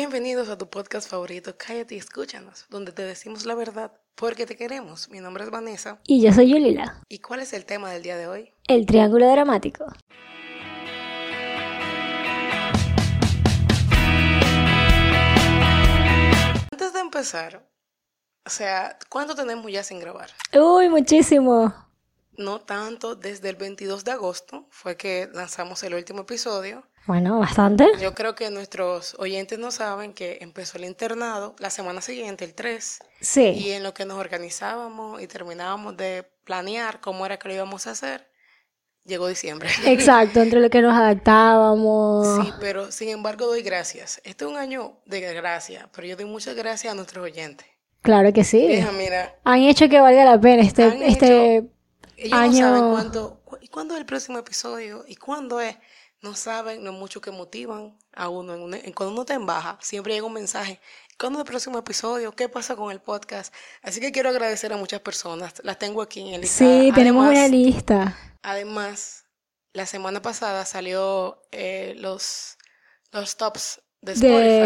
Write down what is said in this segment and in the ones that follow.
Bienvenidos a tu podcast favorito, Cállate y Escúchanos, donde te decimos la verdad porque te queremos. Mi nombre es Vanessa. Y yo soy Yulila, ¿Y cuál es el tema del día de hoy? el triángulo dramático. Antes de empezar, o sea, ¿cuánto tenemos ya sin grabar? Uy, muchísimo. No tanto, desde el 22 de agosto fue que lanzamos el último episodio. Bueno, bastante. Yo creo que nuestros oyentes no saben que empezó el internado la semana siguiente, el 3, Sí. y en lo que nos organizábamos y terminábamos de planear cómo era que lo íbamos a hacer, llegó diciembre. Exacto, entre lo que nos adaptábamos. Sí, pero sin embargo doy gracias. Este es un año de gracia, pero yo doy muchas gracias a nuestros oyentes. Claro que sí. Vieja, mira, Han hecho que valga la pena este, Han este ellos Año- no saben cuándo, cu- y cuándo es el próximo episodio y cuándo es. No saben lo mucho que motivan a uno. En una- en- cuando uno te embaja, siempre llega un mensaje. ¿Cuándo es el próximo episodio? ¿Qué pasa con el podcast? Así que quiero agradecer a muchas personas. Las tengo aquí en el Sí, tenemos una Además, lista. Además, la semana pasada salió eh, los, los tops de De Spotify de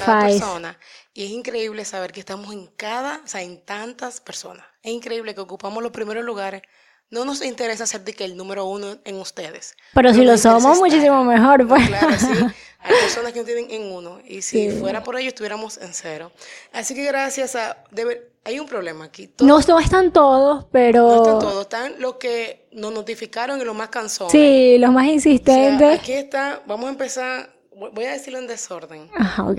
cada Spotify. persona. Y es increíble saber que estamos en cada, o sea, en tantas personas. Es increíble que ocupamos los primeros lugares. No nos interesa ser de que el número uno en ustedes. Pero si No lo nos interesa somos, estar. muchísimo mejor. No, Pues. Claro, sí. Hay personas que no tienen en uno. Y si Sí. fuera por ello, estuviéramos en cero. Así que gracias a... de ver- hay un problema aquí. Todo- No, no están todos, pero... no están todos. Están los que nos notificaron y los más cansones. Sí, los más O sea, insistentes. aquí está, vamos a empezar, vo- voy a decirlo en desorden, Ajá, ok.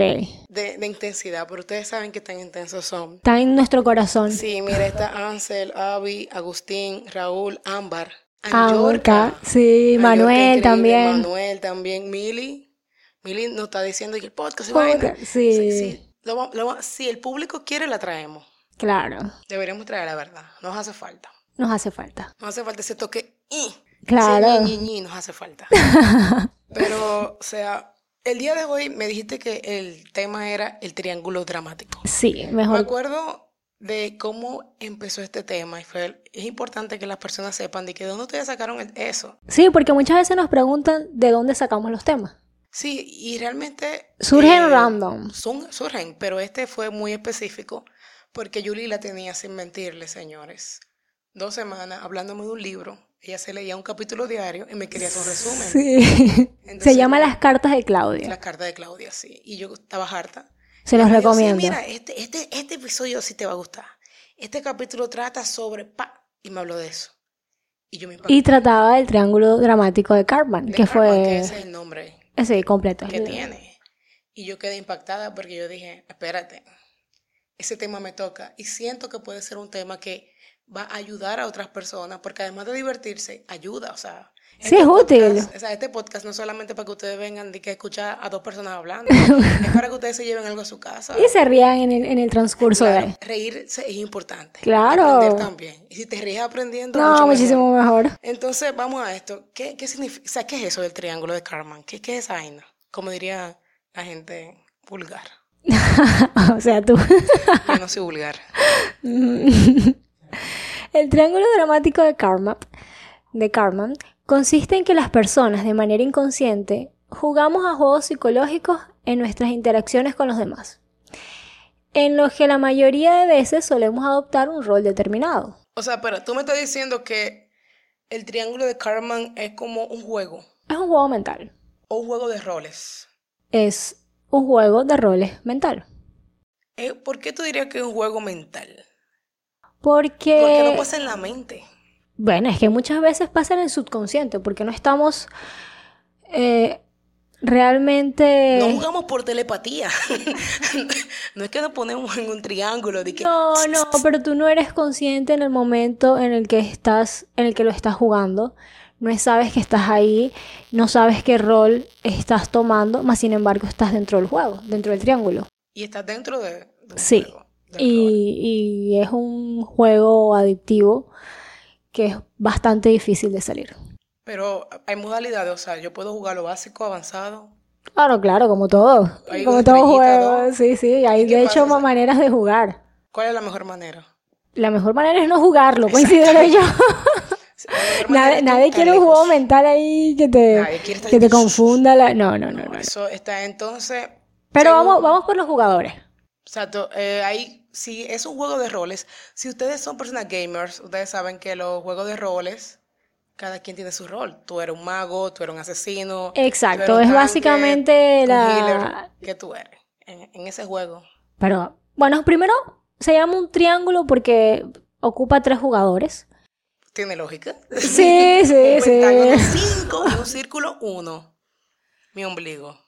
de, de intensidad, pero ustedes saben que tan intensos son. Está en nuestro corazón. Sí, mira, está Ansel, Avi, Agustín, Raúl, Ámbar, Ahorca, Anyorca. Ah, sí, Anyorca, Manuel increíble, también. Manuel también, Mili. Mili nos está diciendo que el podcast, y Podcast, vaina. sí. sí, lo va- lo va- si el público quiere, la traemos. Claro, Deberíamos traer la verdad, nos hace falta. nos hace falta. Nos hace falta ese toque. ¡ih! Claro. Sí, ñi, ñi, ñi, nos hace falta. Pero, o sea, el día de hoy me dijiste que el tema era el triángulo dramático. Sí, Me mejor. acuerdo de cómo empezó este tema y fue, es importante que las personas sepan de que de dónde ustedes sacaron el- eso. Sí, porque muchas veces nos preguntan de dónde sacamos los temas. Sí, y realmente... Surgen eh, random. sun- surgen, pero este fue muy específico porque Yuli la tenía, sin mentirle, señores, dos semanas hablándome de un libro. Ella se leía un capítulo diario y me quería hacer un resumen. Sí. Se Entonces, llama Las cartas de Claudia. La carta de Claudia, sí. Y yo estaba harta. Se los Y yo, sí, recomiendo. mira, este, este, este episodio sí te va a gustar. Este capítulo trata sobre... Pa, y me habló de eso. Y yo me impacté. Y trataba del triángulo dramático de Cartman, De que Cartman, que fue ese es el nombre ese completo. que tiene. Y yo quedé impactada porque yo dije, espérate, ese tema me toca. Y siento que puede ser un tema que va a ayudar a otras personas, porque además de divertirse, ayuda, o sea... Sí, es útil. podcast- o sea, este podcast no es solamente para que ustedes vengan y que escuchar a dos personas hablando, es para que ustedes se lleven algo a su casa. Y se rían en el, en el transcurso Claro, de. reírse es importante. Claro. Aprender también. Y si te ríes aprendiendo, mucho No, mejor. muchísimo mejor. Entonces, vamos a esto. ¿Qué, qué significa? O sea, ¿qué es eso del triángulo de Carman? ¿Qué, qué es esa vaina? Como diría la gente vulgar. o sea, tú. Yo no soy vulgar. El triángulo dramático de Karma, de Karman consiste en que las personas, de manera inconsciente, jugamos a juegos psicológicos en nuestras interacciones con los demás, en los que la mayoría de veces solemos adoptar un rol determinado. O sea, pero tú me estás diciendo que el triángulo de Carman es como un juego. Es un juego mental, O un juego de roles. es un juego de roles mental. Eh, ¿Por qué tú dirías que es un juego mental? Porque Porque, no pasa en la mente. bueno, es que muchas veces pasa en el subconsciente, porque no estamos eh, realmente... No jugamos por telepatía. no es que nos ponemos en un triángulo de que No, no, pero tú no eres consciente en el momento en el que estás, en el que lo estás jugando. No es- sabes que estás ahí, no sabes qué rol estás tomando, más sin embargo estás dentro del juego, dentro del triángulo. y estás dentro de, de un Sí. juego, del rol. Y, y es un juego adictivo que es bastante difícil de salir. Pero hay modalidades, o sea, yo puedo jugar lo básico, avanzado. Claro, claro, como todo, Hay como una todo estrellita, juego. ¿no? Sí, sí, hay qué de hecho pasa? maneras de jugar. ¿Cuál es la mejor manera? La mejor manera es no jugarlo, pues, considero yo. La mejor manera Nadie, es tú nadie estar quiere un juego lejos. mental ahí que te, Nadie quiere estar que te ahí. confunda. La... No, no, no, no. Eso está entonces. Pero Según- vamos, vamos por los jugadores. Exacto, eh, ahí sí es un juego de roles. Si ustedes son personas gamers, ustedes saben que los juegos de roles, cada quien tiene su rol. Tú eres un mago, tú eres un asesino, tú eres Exacto, un es tanque, básicamente un la- healer. ¿Qué tú eres en, en ese juego? Pero, bueno, primero se llama un triángulo porque ocupa tres jugadores. ¿Tiene lógica? Sí, sí, Un pentágono sí. 5 y un círculo 1. Mi ombligo.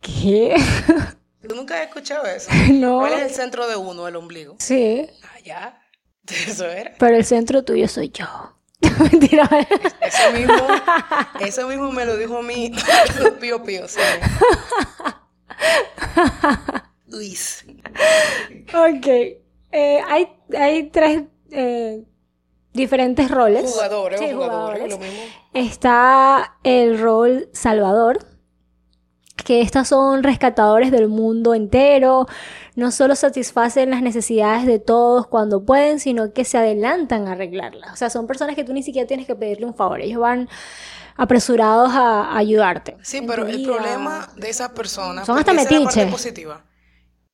¿Qué? Yo nunca he escuchado eso. No. ¿Cuál es el centro de uno, el ombligo? Sí, Ah, ya. Eso era. pero el centro tuyo soy yo. Mentira. Eso mismo, eso mismo me lo dijo mi pío pío. sí. Luis. ok. Eh, hay, hay tres eh, diferentes roles. Jugadores, Sí, o jugadores, jugadores. lo mismo. Está el rol salvador, que estas son rescatadores del mundo entero, no solo satisfacen las necesidades de todos cuando pueden, sino que se adelantan a arreglarlas. O sea, son personas que tú ni siquiera tienes que pedirle un favor, ellos van apresurados a, a ayudarte. Sí, en pero tu el vida. problema de esas personas, Son porque hasta esa es la parte metiches. positiva,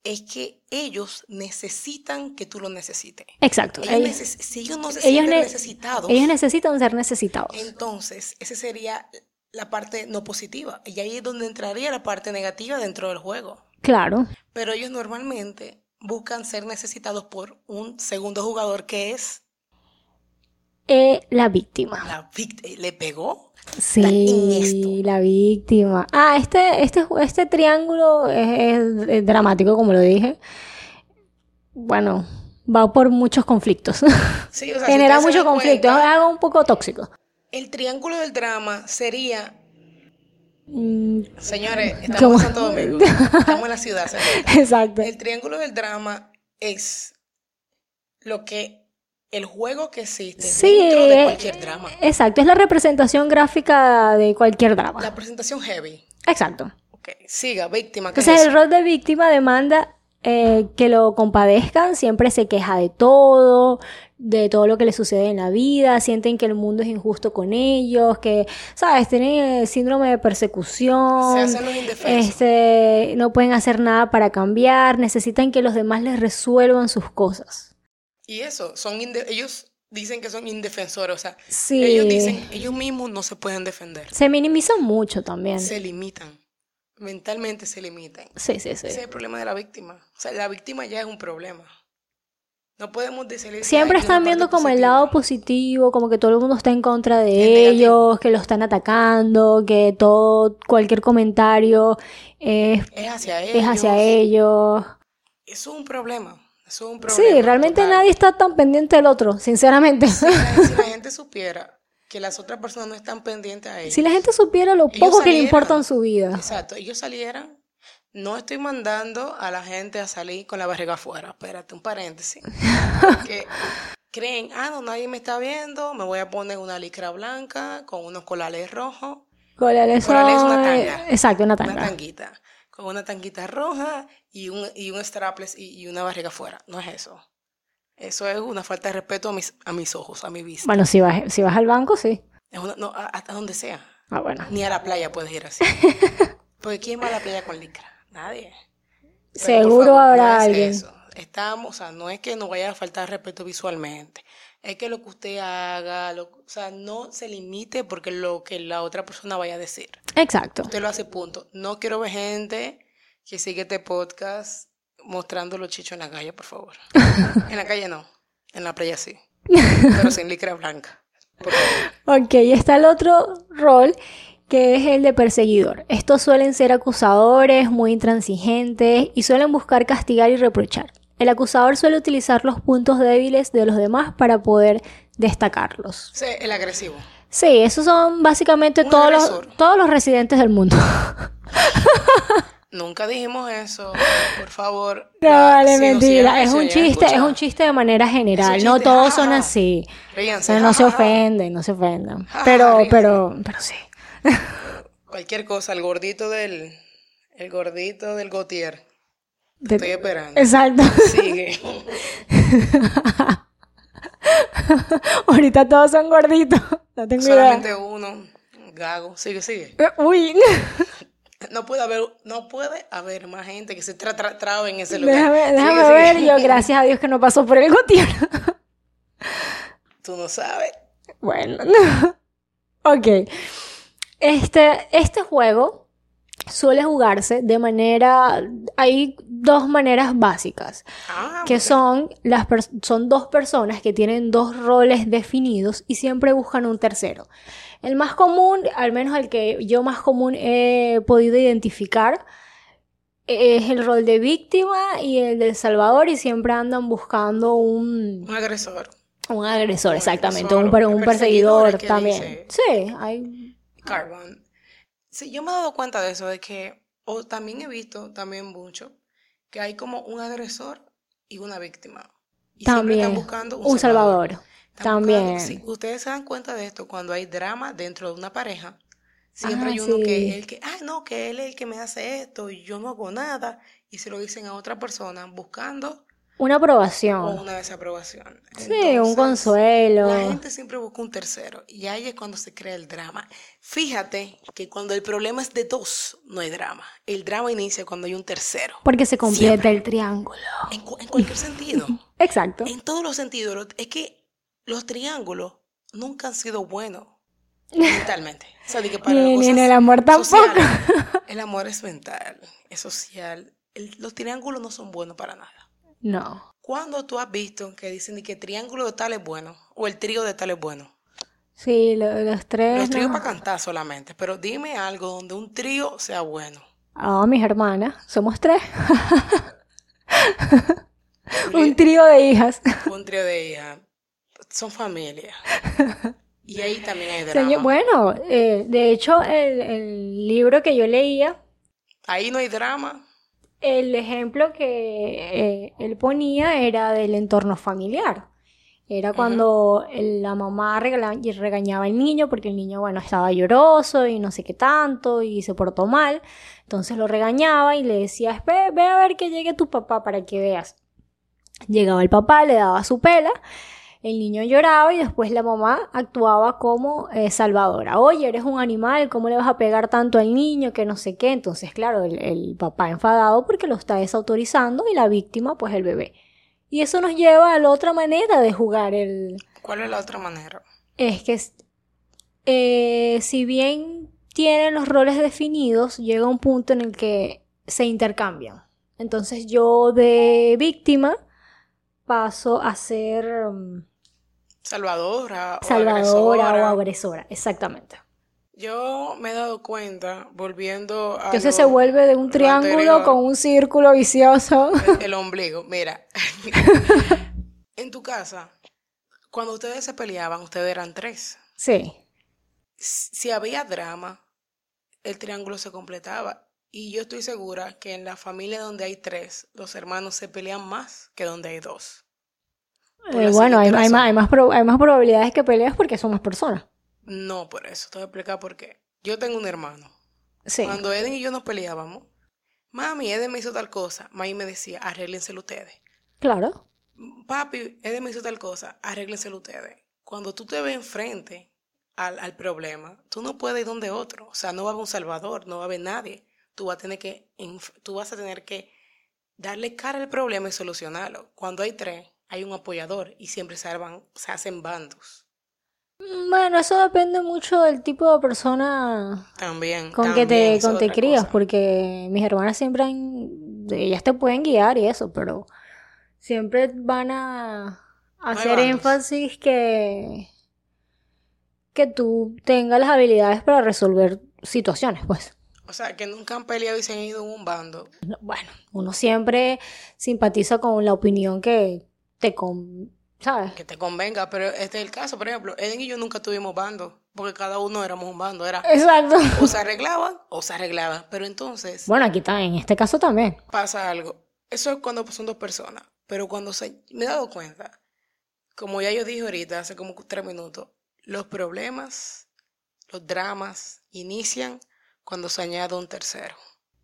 es que ellos necesitan que tú los necesites. Exacto. Ellos Ellos, neces- si ellos no se ellos sienten ne- necesitados, ellos necesitan ser necesitados. entonces esa sería la parte no positiva. Y ahí es donde entraría la parte negativa dentro del juego. Claro. Pero ellos normalmente buscan ser necesitados por un segundo jugador que es Eh, la víctima. la víctima. ¿Le pegó? Sí, esto. la víctima. Ah, este, este, ju- este triángulo es, es- es dramático, como lo dije. Bueno, va por muchos conflictos. Sí, o sea, si ustedes Genera se mucho dan conflicto, es cuenta, algo un poco tóxico. el triángulo del drama sería Mm, Señores, estamos ¿Cómo? en Santo Domingo. Estamos en la ciudad. se nota. Exacto. El triángulo del drama es lo que el juego que existe Sí, dentro de eh, cualquier drama. Exacto, es la representación gráfica de cualquier drama. La presentación heavy. Exacto. Ok, siga, víctima. ¿qué es Entonces eso? el rol de víctima demanda eh, que lo compadezcan, siempre se queja de todo, de todo lo que le sucede en la vida, sienten que el mundo es injusto con ellos, que, sabes, tienen eh, síndrome de Se persecución, hacen los indefensos. este, no pueden hacer nada para cambiar, necesitan que los demás les resuelvan sus cosas. Y eso, son inde- ellos dicen que son indefensores. O sea, Sí. ellos dicen, ellos mismos no se pueden defender. Se minimizan mucho también. Sí, Se limitan. Mentalmente se limitan. sí, sí. Ese es el problema de la víctima. O sea, la víctima ya es un problema. No podemos decirle. Siempre "Ay, tiene están una viendo parte como el positiva". lado positivo, como que todo el mundo está en contra de negativo. ellos, que lo están atacando, que todo, cualquier comentario es, Es hacia ellos. es hacia ellos. Eso es un problema. Eso es un problema. Sí, realmente total. nadie está tan pendiente del otro, sinceramente. Si la- si la gente supiera que las otras personas no están pendientes a ellos. si la gente supiera lo Ellos poco que le salieran. importa en su vida. Exacto. Ellos salieran. No estoy mandando a la gente a salir con la barriga afuera. Espérate, un paréntesis. Porque creen, ah, no, nadie me está viendo. Me voy a poner una licra blanca con unos colares rojos. Corales Corales es una son- tanga. Exacto, una Una tanga. tanguita. Con una tanguita roja y un, y un strapless y, y una barriga afuera. No es eso. Eso es una falta de respeto a mis, a mis ojos, a mi vista. Bueno, si vas, si vas al banco, sí. Es una- no, a- hasta donde sea. Ah, bueno. Ni a la playa puedes ir así. Porque ¿quién va a la playa con licra? Nadie. Pero, por Seguro favor, habrá no es alguien. eso. Estamos, o sea, no es que nos vaya a faltar respeto visualmente. Es que lo que usted haga, lo- o sea, no se limite porque lo que la otra persona vaya a decir. Exacto. Usted lo hace punto. No quiero ver gente que sigue este podcast mostrando los chichos en la calle, por favor. en la calle no. En la playa sí. Pero sin licra blanca. Por favor. Ok, y está el otro rol que es el de perseguidor. Estos suelen ser acusadores, muy intransigentes y suelen buscar castigar y reprochar. El acusador suele utilizar los puntos débiles de los demás para poder destacarlos. Sí, el agresivo. Sí, esos son básicamente Un todos agresor. los, todos los residentes del mundo. Nunca dijimos eso. Por favor. No, La- vale, si nos mentira. siguen, es si un oyen, chiste, es escucha. un chiste de manera general. Es un No chiste, Ah, todos ja, son ja, ja. así. O Ríanse. sea, no ja, se ja, ja. ofenden, no se ofenden. Ja, ja, Pero, ríanse. pero, pero sí. Cualquier cosa, el gordito del. El gordito del Gautier. De- Estoy esperando. Exacto. Sigue. Ahorita todos son gorditos. No tengo idea. Solamente uno. Gago. Sigue, sigue. Eh, Uy. no puede haber, no puede haber más gente que se tra, tra- trabe en ese lugar. Déjame, Sigue, déjame sigue. ver, yo gracias a Dios que no pasó por el gotero. Tú no sabes. Bueno, no. Ok. Este, este juego suele jugarse de manera... Hay dos maneras básicas, Ah, que ok. son, las pers- son dos personas que tienen dos roles definidos y siempre buscan un tercero. El más común, al menos el que yo más común he podido identificar, e-, es el rol de víctima y el del salvador y siempre andan buscando un... un agresor. Un agresor, Un exactamente, agresor, un, pero un un perseguidor, perseguidor que también. dice. Sí, hay... Carbon. Sí, yo me he dado cuenta de eso, de que, o también he visto, también mucho, que hay como un agresor y una víctima. Y siempre También. están buscando un, Un salvador. Están buscando- también. sí, ustedes se dan cuenta de esto cuando hay drama dentro de una pareja. Siempre Ah, hay uno sí. que es el que, ah, no, que él es el que me hace esto y yo no hago nada. Y se lo dicen a otra persona buscando Una aprobación. o una desaprobación. sí, Oh, un Entonces, consuelo. La gente siempre busca un tercero y ahí es cuando se crea el drama. Fíjate que cuando el problema es de dos, no hay drama. El drama inicia cuando hay un tercero. Porque se completa Siempre. el triángulo. En, cu- en cualquier sentido. Exacto. En todos los sentidos. Lo- Es que los triángulos nunca han sido buenos mentalmente. O sea, de que para Ni, las ni en cosas el amor tampoco. sociales, el amor es mental, es social. El- los triángulos no son buenos para nada. No. ¿Cuándo tú has visto que dicen de que el triángulo de tal es bueno o el trío de tal es bueno? Sí, lo- los tres. Los tríos no. para cantar solamente, pero dime algo donde un trío sea bueno. Ah, mis hermanas. Somos tres. un Juliet- trío de hijas. Un trío de ellas son familia. Y ahí también hay drama. Señor, bueno, eh, de hecho, el, el libro que yo leía, Ahí no hay drama. El ejemplo que eh, él ponía era del entorno familiar. Era cuando el- la mamá regala- y regañaba al niño porque el niño, bueno, estaba lloroso y no sé qué tanto y se portó mal. Entonces lo regañaba y le decía, ve, ve a ver que llegue tu papá para que veas. Llegaba el papá, le daba su pela, el niño lloraba y después la mamá actuaba como eh, salvadora. Oye, eres un animal, ¿cómo le vas a pegar tanto al niño? Que no sé qué. Entonces, claro, el, el papá enfadado porque lo está desautorizando y la víctima, pues el bebé. Y eso nos lleva a la otra manera de jugar el... ¿Cuál es la otra manera? Es que es- eh, si bien tienen los roles definidos, llega un punto en el que se intercambian. Entonces yo de víctima paso a ser mm, Salvadora o salvadora agresora. Ah, o agresora, exactamente. Yo me he dado cuenta, volviendo a Entonces se lo- vuelve de un lo triángulo anterior. con un círculo vicioso. el, el ombligo. Mira, en tu casa, cuando ustedes se peleaban, ustedes eran tres. Sí, Si había drama, el triángulo se completaba. Y yo estoy segura que en la familia donde hay tres, los hermanos se pelean más que donde hay dos. Por Eh, la bueno, hay, siguiente hay más, razón. hay más pro- hay más probabilidades que peleas porque son más personas. No, por eso, te voy a explicar por qué. Yo tengo un hermano. Sí. Cuando Eden y yo nos peleábamos, mami, Eden me hizo tal cosa. Mami me decía, arréglenselo ustedes. Claro. Papi, Eden me hizo tal cosa, arréglenselo ustedes. Cuando tú te ves enfrente al, al problema, tú no puedes ir donde otro. O sea, no va a haber un salvador, no va a haber nadie. Tú vas a tener que, enf- tú vas a tener que darle cara al problema y solucionarlo. Cuando hay tres, hay un apoyador y siempre se, arman- se hacen bandos. Mm, Bueno, eso depende mucho del tipo de persona También, con que también, te, eso es con te otra crías, pues? cosa. porque mis hermanas siempre han, ellas te pueden guiar y eso, pero siempre van a hacer bandos. énfasis que, que tú tengas las habilidades para resolver situaciones, pues. O sea, que nunca han peleado y se han ido en un bando. No, Bueno, uno siempre simpatiza con la opinión que te con, ¿sabes? que te convenga, pero este es el caso, por ejemplo, Eden y yo nunca tuvimos bando, porque cada uno éramos un bando, era Exacto. o se arreglaban o se arreglaban, pero entonces Bueno, aquí también, en este caso también. pasa algo, eso es cuando son dos personas, pero cuando se, me he dado cuenta, como ya yo dije ahorita, hace como tres minutos, los problemas, los dramas inician cuando se añade un tercero,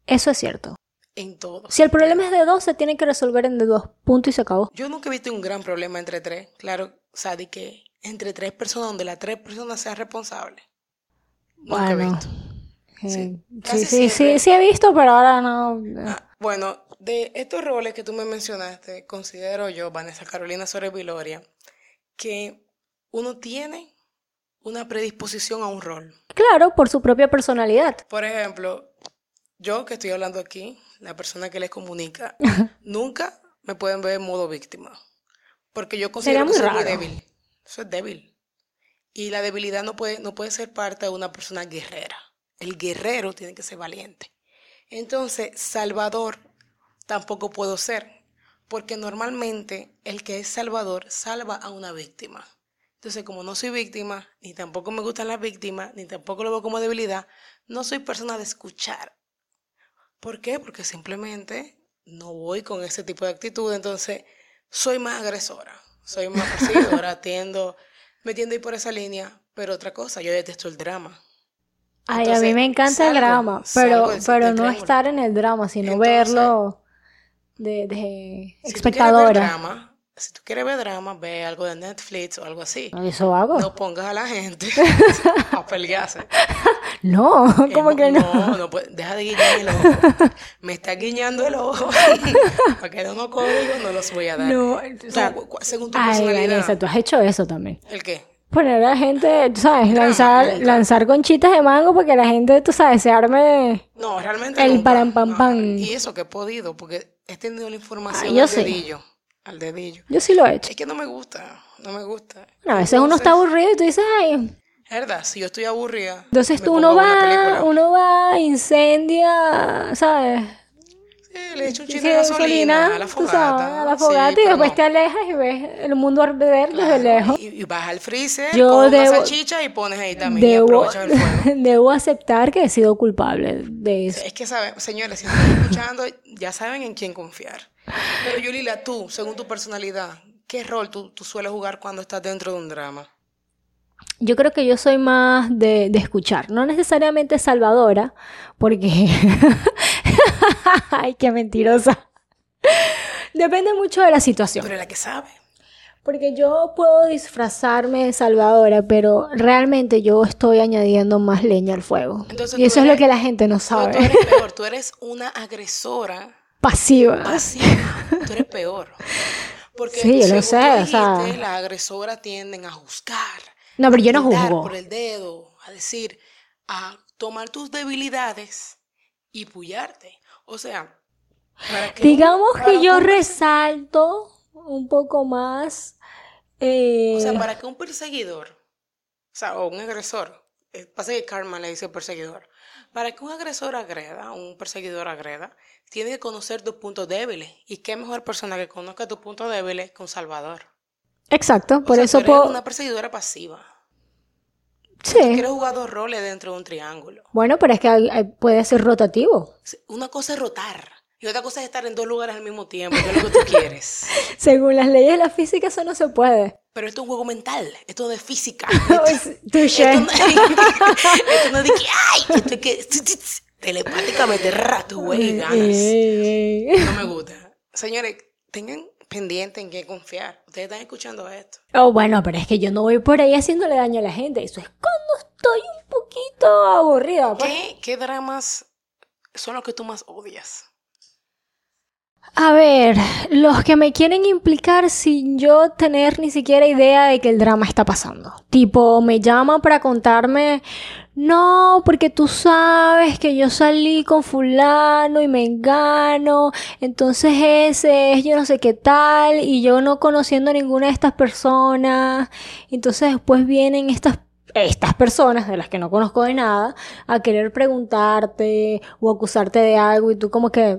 Eso es cierto. en todo. Si el problema es de dos, se tiene que resolver en de dos. Punto y se acabó. Yo nunca he visto un gran problema entre tres, claro, o sea, de que entre tres personas, donde las tres personas sean responsables. Nunca he Bueno, visto. Sí, sí, casi sí, sí, siempre. sí he visto, pero ahora no. eh, Bueno, de estos roles que tú me mencionaste, considero yo, Vanessa Carolina Suárez Viloria, que uno tiene una predisposición a un rol. Claro, por su propia personalidad. Por ejemplo, yo que estoy hablando aquí, la persona que les comunica, nunca me pueden ver en modo víctima. Porque yo Sería considero que muy soy muy raro. débil. Soy débil. Y la debilidad no puede, no puede ser parte de una persona guerrera. El guerrero tiene que ser valiente. Entonces, salvador tampoco puedo ser. Porque normalmente el que es salvador salva a una víctima. Entonces, como no soy víctima, ni tampoco me gustan las víctimas, ni tampoco lo veo como debilidad, no soy persona de escuchar. ¿Por qué? Porque simplemente no voy con ese tipo de actitud, entonces soy más agresora, soy más perseguidora, tiendo, me tiendo a ir por esa línea, pero otra cosa, yo detesto el drama. Ay, a mí Entonces, me encanta el salgo, drama, salgo pero, del- pero del no triángulo. estar en el drama, sino Entonces, verlo de, de Si tú quieres ver espectadora. drama, si tú quieres ver drama, ve algo de Netflix o algo así. Eso hago. No pongas a la gente a pelearse. No, como Eh, que no. No, no puede- deja de guiñar el ojo. Me está guiñando el ojo. Para que no no códigos no los voy a dar. No, Tú, o sea, cu- cu- según tu ay, personalidad. Vanessa, tú has hecho eso también. ¿El qué? Poner a la gente, tú sabes, lanzar, nunca. lanzar conchitas de mango para que la gente, tú sabes, se arme. No, realmente El nunca. param pam No, pam. Y eso que he podido, porque he tenido la información Ah, yo al sé. dedillo. Al dedillo. Yo sí lo he hecho. Es que no me gusta, no me gusta. Bueno, a veces uno está aburrido y tú dices, ay, Es verdad, si yo estoy aburrida, entonces me tú pongo uno a ver una va, película. uno va, incendia, ¿sabes? Sí, le echo un Sí, chino de gasolina a la tú fogata. sabes, a la Sí, fogata y pero después no. te alejas y ves el mundo arder desde Claro, lejos. Y, y vas al freezer, Yo con una debo- salchicha y pones ahí también y Debo, aprovechas el fuego. debo aceptar que he sido culpable de eso. Es que, saben, señores, si están escuchando, ya saben en quién confiar. Pero Yulila, tú, según tu personalidad, ¿qué rol tú, tú sueles jugar cuando estás dentro de un drama? Yo creo que yo soy más de, de escuchar, no necesariamente salvadora, porque... ¡Ay, qué mentirosa! Depende mucho de la situación. Pero la que sabe. Porque yo puedo disfrazarme de salvadora, pero realmente yo estoy añadiendo más leña al fuego. Entonces y tú eso es lo eres- que la gente no Pero tú sabe. eres peor, tú eres una agresora Pasiva. pasiva. Tú eres peor. Porque Sí, yo según lo sé, tú o sea. dijiste, las agresoras tienden a juzgar, No, pero yo no dar juzgo. por el dedo, a decir, a tomar tus debilidades y puyarte. O sea, para que un- Digamos para que yo un- resalto un poco más. eh, O sea, para que un perseguidor, o sea, o un agresor, eh, pasa que Karma le dice perseguidor, para que un agresor agreda, un perseguidor agreda, tiene que conocer tus puntos débiles. ¿Y qué mejor persona que conozca tus puntos débiles que un salvador? Exacto, O por sea, eso tú eres puedo. una perseguidora pasiva. Sí. Quieres jugar dos roles dentro de un triángulo. Bueno, pero es que hay- hay- puede ser rotativo. Sí, Una cosa es rotar y otra cosa es estar en dos lugares al mismo tiempo, que es lo que tú quieres. Según las leyes de la física, eso no se puede. Pero esto es un juego mental, esto no es física. Es- touché. Esto no, esto no es de que, ay, esto es que tss, tss, tss, telepáticamente rato, güey, eh. ganas. Ey, ey, ey. No me gusta. Señores, tengan pendiente en qué confiar. Ustedes están escuchando esto. Oh, bueno, pero es que yo no voy por ahí haciéndole daño a la gente. Eso es cuando estoy un poquito aburrida. pues. ¿Qué, qué dramas son los que tú más odias? A ver, los que me quieren implicar sin yo tener ni siquiera idea de que el drama está pasando. Tipo, me llaman para contarme, no, porque tú sabes que yo salí con fulano y me engano, entonces ese es yo no sé qué tal, y yo no conociendo a ninguna de estas personas, entonces después vienen estas estas personas de las que no conozco de nada a querer preguntarte o acusarte de algo y tú como que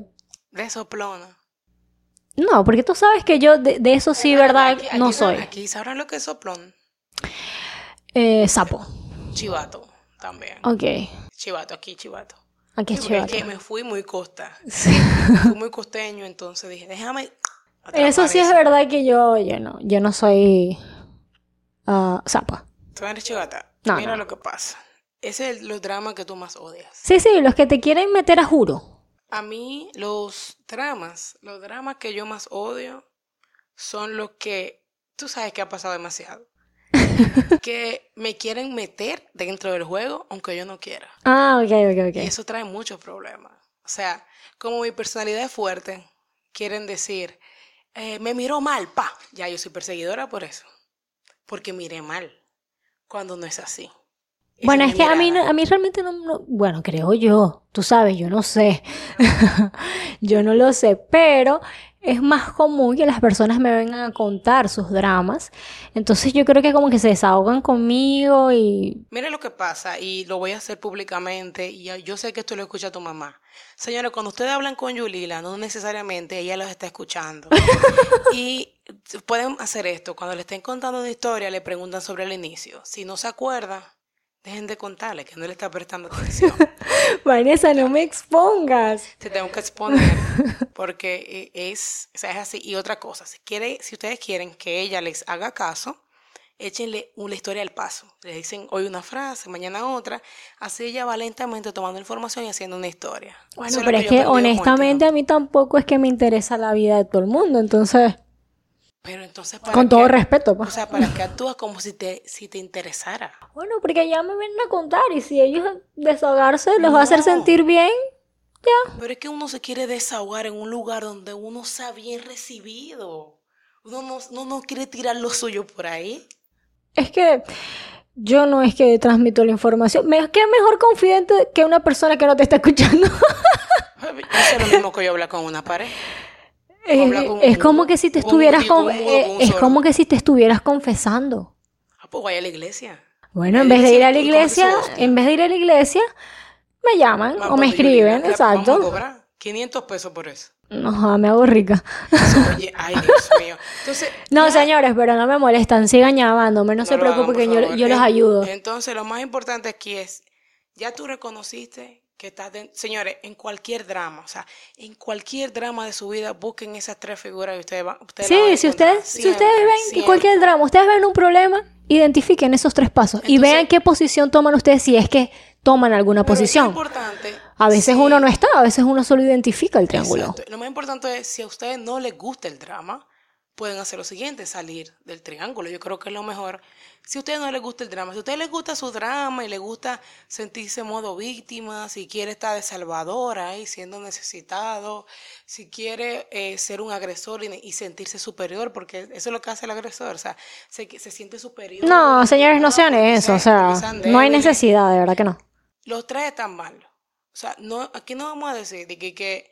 De soplona. no, porque tú sabes que yo de, de eso sí, ¿verdad? Aquí- aquí no sab- soy. Aquí sabrán lo que es soplón. Eh, sapo. Chivato también. Ok. Chivato, aquí chivato. Aquí es Sí, porque es chivato. que me fui muy costa. Me fui muy costeño, entonces dije, déjame. Eso sí es atrapar verdad que yo, yo no, yo no soy ah, sapa. eso. Tú eres chivata. No, Mira no. lo que pasa. Ese es el- los dramas que tú más odias. Sí, sí, los que te quieren meter a juro. A mí, los dramas, los dramas que yo más odio son los que tú sabes que ha pasado demasiado. que me quieren meter dentro del juego aunque yo no quiera. Ah, ok, ok, Y ok. eso trae muchos problemas. O sea, como mi personalidad es fuerte, quieren decir, eh, me miró mal, pa. Ya yo soy perseguidora por eso. Porque miré mal. Cuando no es así. Esa Bueno, mi es que a mí, no- mirada. a mí realmente no, no- Bueno, creo yo. Tú sabes, yo no sé. yo no lo sé. Pero es más común que las personas me vengan a contar sus dramas. Entonces yo creo que como que se desahogan conmigo y. Mira lo que pasa, y lo voy a hacer públicamente, y ya- yo sé que esto lo escucha tu mamá. Señores, cuando ustedes hablan con Yulila, no necesariamente ella los está escuchando. y pueden hacer esto, cuando le estén contando una historia, le preguntan sobre el inicio. Si no se acuerda, dejen de contarle que no le está prestando atención. Vanessa, no me expongas. Te tengo que exponer, porque eh, es, o sea, es así. Y otra cosa, si, quiere, si ustedes quieren que ella les haga caso, échenle una historia al paso. Le dicen hoy una frase, mañana otra. Así ella va lentamente tomando información y haciendo una historia. Bueno, Eso es lo pero es yo que aprendí de Monty, ¿no? honestamente a mí tampoco es que me interesa la vida de todo el mundo. Entonces, Pero entonces, ¿para con todo qué- respeto. O pues. sea, para que actúas como si te, si te interesara. Bueno, porque ya me vienen a contar y si ellos desahogarse los va a hacer No. sentir bien. Pero es que uno se quiere desahogar en un lugar donde uno sea bien recibido. Uno no, no, no quiere tirar lo suyo por ahí. Es que yo no es que transmito la información. Me, ¿Qué mejor confidente que una persona que no te está escuchando? Eso es lo mismo que yo hablar con una pared. es, habla con es un- como que si te con un estuvieras tío, con con- un mudo, con eh, un es sordo. como que si te estuvieras confesando. Ah, pues vaya a la iglesia. Bueno, La en vez de ir a la iglesia, iglesia, el congreso, hostia. en vez de ir a la iglesia, me llaman Más Ah, o cuando me yo llegué, escriben, la- Vamos a exacto. cobrar 500 pesos por eso. No, joda, me hago rica. Oye, ay, Dios mío. Entonces, No, ya- señores, pero no me molestan, sigan llamándome, no, se lo hagan, preocupen por que yo, favor. este yo los En- ayudo. Entonces, lo más importante aquí es, ya tú reconociste que estás, den- señores, en cualquier drama, o sea, en cualquier drama de su vida, busquen esas tres figuras y ustedes van, ustedes la van a Sí, si encontrar. ustedes, si Siempre, ustedes ven que siempre. cualquier drama, ustedes ven un problema, identifiquen esos tres pasos y Entonces- vean qué posición toman ustedes si es que toman alguna Pero es posición. importante, A veces sí, uno no está, a veces uno solo identifica el triángulo. Exacto. Lo más importante es, si a ustedes no les gusta el drama, pueden hacer lo siguiente, salir del triángulo. Yo creo que es lo mejor. Si a ustedes no les gusta el drama, si a ustedes les gusta su drama y les gusta sentirse en modo víctima, si quiere estar de salvadora y siendo necesitado, si quiere eh, ser un agresor y, y sentirse superior, porque eso es lo que hace el agresor, o sea, se, se siente superior. No, señores, no sean porque eso, o porque sea, no hay débiles. necesidad, de verdad que no. Los tres están mal. O sea, no, aquí no vamos a decir de que, que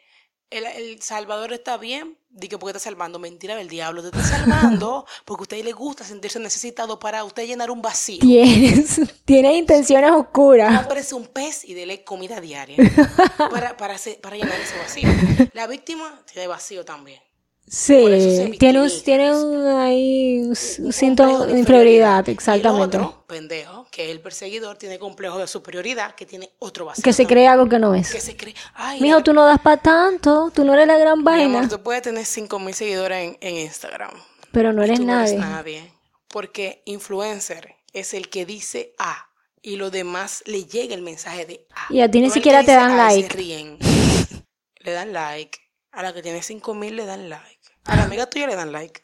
el, el Salvador está bien, de que porque está salvando. Mentira del diablo. Te está salvando porque a usted le gusta sentirse necesitado para usted llenar un vacío. Tienes, tienes intenciones oscuras. Cómprese un pez y dele comida diaria para, para, hacer- para llenar ese vacío. La víctima tiene vacío también. Por eso se Sí, tiene un, victimiza. tiene un, ahí un s- Un síntoma complejo de inferioridad, Y el exactamente. otro, pendejo, que es el perseguidor, tiene complejo de superioridad, que tiene otro vacío. Que se también. cree algo que no Que es. se cree. Ay, Mijo, tú no das para tanto, tú no eres la gran Mi vaina. amor, tú puedes tener 5000 seguidores en, en Instagram. Pero no Y eres tú no eres nadie. nadie. Porque influencer es el que dice A y los demás le llega el mensaje de A. Y a ti No ni el que siquiera te dice dan A y se like. ríen. Le dan like. A la que tiene 5000 le dan like. A Ah. la amiga tuya le dan like.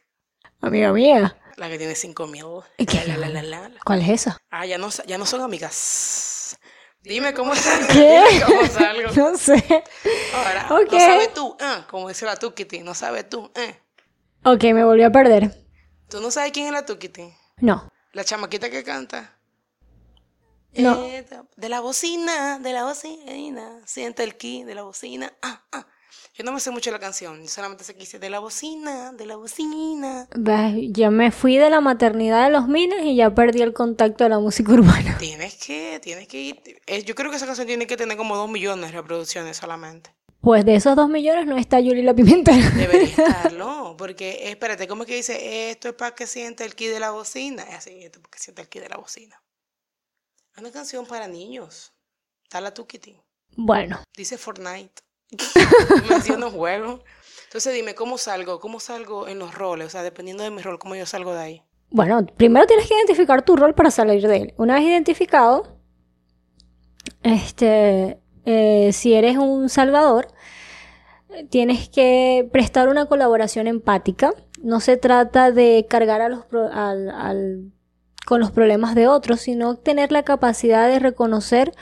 Amiga mía, A La que tiene 5000. ¿Y qué? La, la, la, la, la. ¿cuál es esa? Ah, ya no, sa- ya no son amigas. Dime cómo salgo. ¿Qué? Dime cómo salgo. No sé. Ahora, Ok. no sabes tú. ah, como dice la Tukiti, no sabes tú. ah. Ok, me volvió a perder. ¿Tú no sabes quién es la Tukiti? No. La chamaquita que canta. No. Eh, de la bocina, de la bocina, siente el ki de la bocina. Ah, ah. Yo no me sé mucho la canción, yo solamente sé que dice de la bocina, de la bocina. Ves, Ya me fui de la maternidad de los minas y ya perdí el contacto de la música urbana. Tienes que, tienes que ir. eh, yo creo que esa canción tiene que tener como dos millones de reproducciones solamente. Pues de esos dos millones no está Yuli la Pimentel. Debería estarlo, porque eh, espérate, ¿cómo es que dice? Esto es para que sienta el ki de la bocina. Es así, esto es para que sienta el ki de la bocina. Es una canción para niños. Está la Tukiti. Bueno, Dice Fortnite. Menciona un juego. Entonces dime, ¿cómo salgo? ¿Cómo salgo en los roles? O sea, dependiendo de mi rol, ¿cómo yo salgo de ahí? bueno, primero tienes que identificar tu rol para salir de él. Una vez identificado, este, eh, si eres un salvador, tienes que prestar una colaboración empática. No se trata de cargar a los pro- al, al con los problemas de otros, sino tener la capacidad de reconocer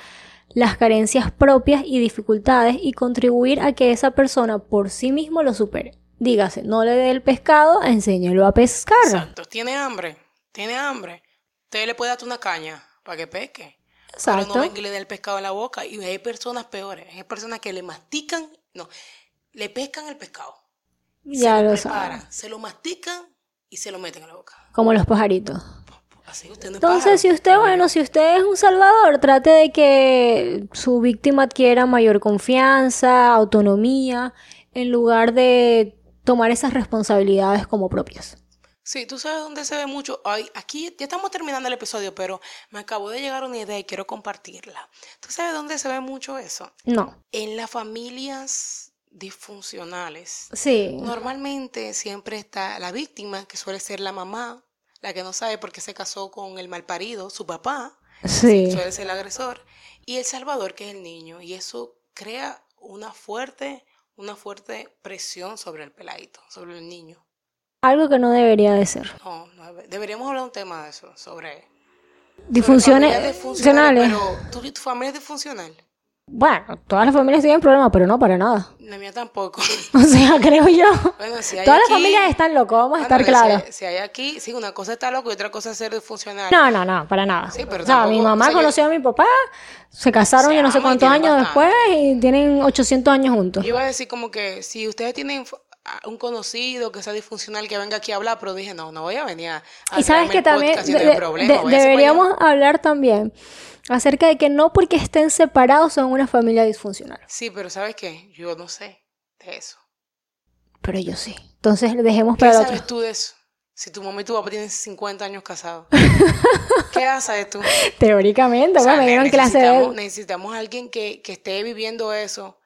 las carencias propias y dificultades y contribuir a que esa persona por sí mismo lo supere. Dígase, no le dé el pescado, enséñelo a pescar. Exacto. Tiene hambre, tiene hambre. Usted le puede dar una caña para que pesque. Pero Exacto. no ven que le dé el pescado en la boca. Y hay personas peores. Hay personas que le mastican, no, le pescan el pescado. ya se lo preparan, saben. Se lo mastican y se lo meten a la boca. Como los pajaritos. Así que usted no es pájaro. Entonces, si usted, bueno, si usted es un salvador, trate de que su víctima adquiera mayor confianza, autonomía, en lugar de tomar esas responsabilidades como propias. Sí, tú sabes dónde se ve mucho. Ay, aquí ya estamos terminando el episodio, pero me acabó de llegar una idea y quiero compartirla. ¿Tú sabes dónde se ve mucho eso? No. En las familias disfuncionales. Sí. Normalmente siempre está la víctima, que suele ser la mamá, la que no sabe por qué se casó con el malparido, su papá, Sí. suele ser el agresor, y el salvador, que es el niño, y eso crea una fuerte, una fuerte presión sobre el peladito, sobre el niño. Algo que no debería de ser. No, no, deberíamos hablar un tema de eso, sobre... Disfunciones funcionales. funcionales. Pero tú y tu familia es disfuncional. Bueno, todas las familias tienen problemas, pero no para nada. La mía tampoco. O sea, creo yo. Bueno, si hay Todas las aquí- familias están locas, vamos a Ah, estar no, no, si hay- claros. Si, hay aquí, sí, una cosa está loco y otra cosa es ser disfuncional. No, no, no, para nada. Sí, pero o sea, tampoco- mi mamá o sea, yo- conoció a mi papá, se casaron Se yo no sé aman y cuántos tienen años ah, bastante. después y tienen 800 años juntos. Yo iba a decir como que si ustedes tienen fu- a- un conocido que sea disfuncional que venga aquí a hablar, pero dije, no, no voy a venir a, a Y sabes traerme que el también podcast, yo de- tengo de- problemas, de- voy a hacer deberíamos mañana. hablar también acerca de que no porque estén separados son una familia disfuncional. Sí, pero ¿sabes qué? Yo no sé de eso. Pero yo sí. Entonces dejemos ¿Qué para el sabes otro. tú de eso? Si tu mamá y tu papá tienen 50 años casados. ¿Qué sabes tú? Teóricamente, O sea, bueno, me dieron clase necesitamos, de... necesitamos a alguien que, que esté viviendo eso,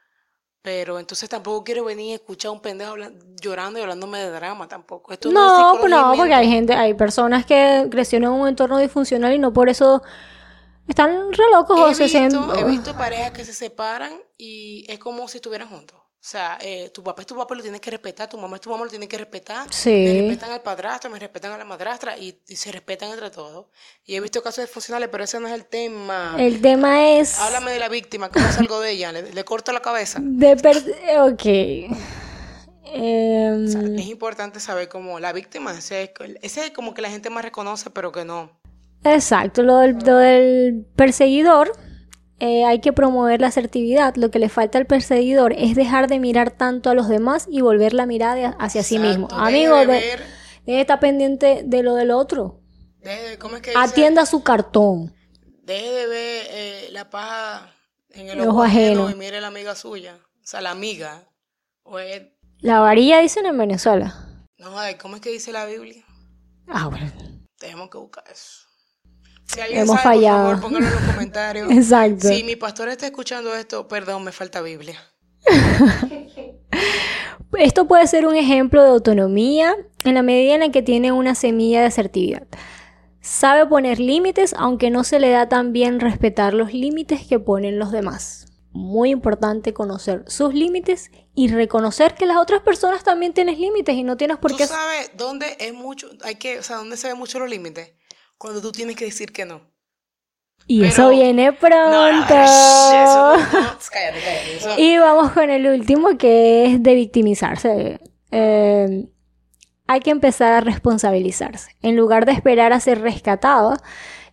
pero entonces tampoco quiero venir a escuchar a un pendejo hablan- llorando y hablándome de drama tampoco. Esto no, No, es pues no, porque psicología hay gente, hay personas que crecieron en un entorno disfuncional y no por eso están re locos o se He sienten... visto, he visto parejas que se separan y es como si estuvieran juntos. O sea, eh, tu papá es tu papá, lo tienes que respetar, tu mamá es tu mamá, lo tienes que respetar. Sí. Me respetan al padrastro, me respetan a la madrastra y, y se respetan entre todos. Y he visto casos disfuncionales, pero ese no es el tema. El tema es... Háblame de la víctima, ¿cómo salgo de ella? ¿Le, le corto la cabeza? De per... Ok. Em, O sea, es importante saber cómo la víctima, ese es, ese es como que la gente más reconoce, pero que no. exacto, lo del, lo del perseguidor, eh, hay que promover la asertividad. Lo que le falta al perseguidor es dejar de mirar tanto a los demás y volver la mirada de- hacia sí mismo. Exacto, deje Amigo, de de, ver, deje de estar pendiente de lo del otro. deje de- ¿cómo es que dice? Atienda su cartón. Deje de ver eh, la paja en el El ojo, ojo ajeno. ajeno. y mire la amiga suya. O sea, la amiga. O es, La varilla dicen en Venezuela. no, ay, ¿cómo es que dice la Biblia? Ah, bueno. Tenemos que buscar eso. Si alguien Hemos sabe, fallado. por favor, pónganlo en los comentarios. Exacto. Si mi pastor está escuchando esto, perdón, me falta Biblia. Esto puede ser un ejemplo de autonomía en la medida en la que tiene una semilla de asertividad. Sabe poner límites aunque no se le da tan bien respetar los límites que ponen los demás. Muy importante conocer sus límites y reconocer que las otras personas también tienen límites y no tienes por qué... ¿Tú sabes dónde es mucho, hay que, o sea, dónde se ven mucho los límites? Cuando tú tienes que decir que no. Y pero- eso viene No, pronto. no, eso no, no, cállate, cállate, eso- Y vamos con el último que es de victimizarse. Eh, hay que empezar a responsabilizarse. En lugar de esperar a ser rescatada,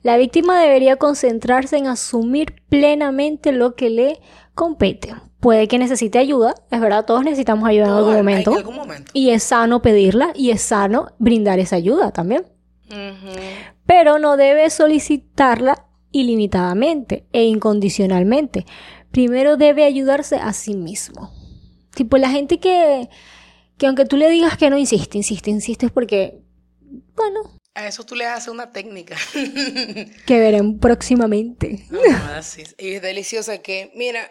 la víctima debería concentrarse en asumir plenamente lo que le compete. Puede que necesite ayuda, es verdad, todos necesitamos ayuda en Todo, algún hay- momento. En algún momento. Y es sano pedirla y es sano brindar esa ayuda también Ujú. pero no debe solicitarla ilimitadamente e incondicionalmente. Primero debe ayudarse a sí mismo. Tipo, la gente que, que aunque tú le digas que no, insiste, insiste, insiste, porque, bueno, A eso tú le haces una técnica. que verán próximamente. No, no, así es. Y es deliciosa que, mira,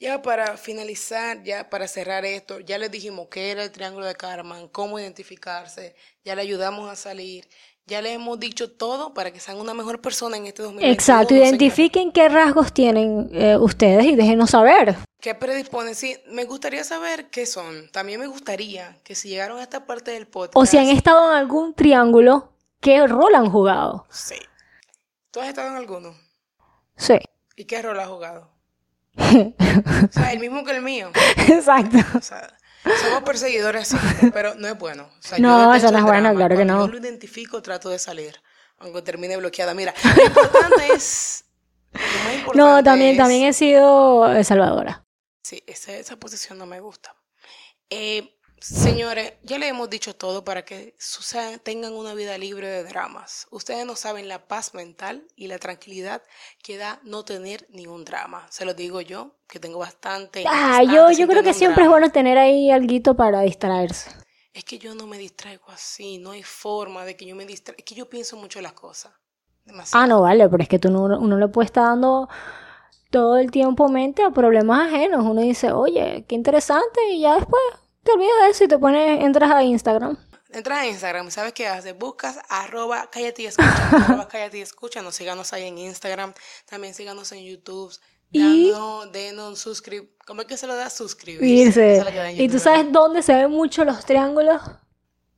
ya para finalizar, ya para cerrar esto, ya les dijimos qué era el triángulo de Karman, cómo identificarse, ya le ayudamos a salir, ya les hemos dicho todo para que sean una mejor persona en este 2021. Exacto, señores. identifiquen qué rasgos tienen eh, ustedes y déjenos saber. ¿Qué predisponen? Sí, me gustaría saber qué son. También me gustaría que si llegaron a esta parte del podcast. O si han estado en algún triángulo qué rol han jugado. Sí. ¿Tú has estado en alguno? Sí. ¿Y qué rol has jugado? o sea, el mismo que el mío. Exacto. O sea, somos perseguidores, así, pero no es bueno. O sea, yo No, detesto eso no el es bueno, drama. claro que Cuando no. Yo lo identifico, trato de salir, aunque termine bloqueada. Mira, lo importante es... lo más No, importante también, es- también he sido eh, salvadora. Sí, esa, esa posición no me gusta. Eh, señores, ya les hemos dicho todo para que sucedan- tengan una vida libre de dramas. Ustedes no saben la paz mental y la tranquilidad que da no tener ningún drama. Se lo digo yo, que tengo bastante. Ah, bastante yo, sin yo creo que tener un siempre es drama. bueno tener ahí alguito para distraerse. Es que yo no me distraigo así, no hay forma de que yo me distraiga. Es que yo pienso mucho las cosas. Demasiado. Ah, no, vale, pero es que tú no, uno le puede estar dando todo el tiempo mente a problemas ajenos. Uno dice, oye, qué interesante, y ya después te olvidas de eso y te pones, entras a Instagram. Entras a Instagram, ¿sabes qué haces? Buscas arroba cállate y escucha, arroba cállate y escucha, nos síganos ahí en Instagram, también síganos en YouTube, Y- dando, denos, suscrib, ¿cómo es que se lo da? Suscribirse. Irse. Esa es la que da en Y tú YouTube. sabes dónde se ven mucho los triángulos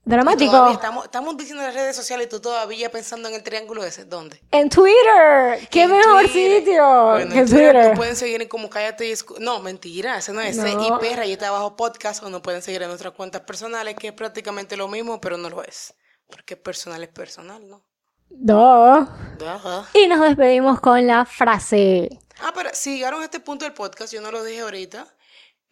Todavía dramáticos. Estamos, estamos diciendo las redes sociales y tú todavía pensando en el triángulo ese, ¿dónde? En Twitter. ¡Qué En mejor Twitter. sitio! Bueno, que en Twitter Twitter. nos pueden seguir en como cállate y escucha. No, mentira, ese no es. No. ese es IP Rayita Abajo Podcast o nos pueden seguir en nuestras cuentas personales, que es prácticamente lo mismo, pero no lo es. Porque personal es personal, ¿no? No. Ajá. Y nos despedimos con la frase. Ah, pero si llegaron a este punto del podcast, yo no lo dije ahorita.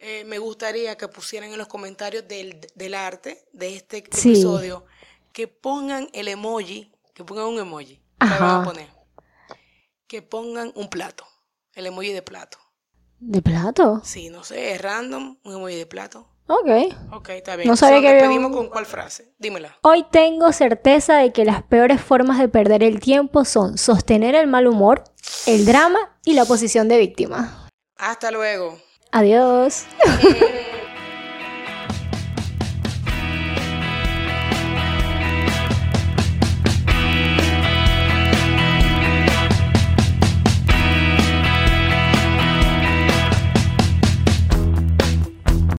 eh, me gustaría que pusieran en los comentarios del, del arte de este Sí. episodio que pongan el emoji, que pongan un emoji. ¿Qué van a Ajá. poner? Que pongan un plato, el emoji de plato. ¿De plato? Sí, no sé, es random, un emoji de plato. Ok. Ok, está bien. No sabía Se que había despedimos un- con cuál frase. Dímela. Hoy tengo certeza de que las peores formas de perder el tiempo son sostener el mal humor, el drama y la posición de víctima. Hasta luego. Adiós.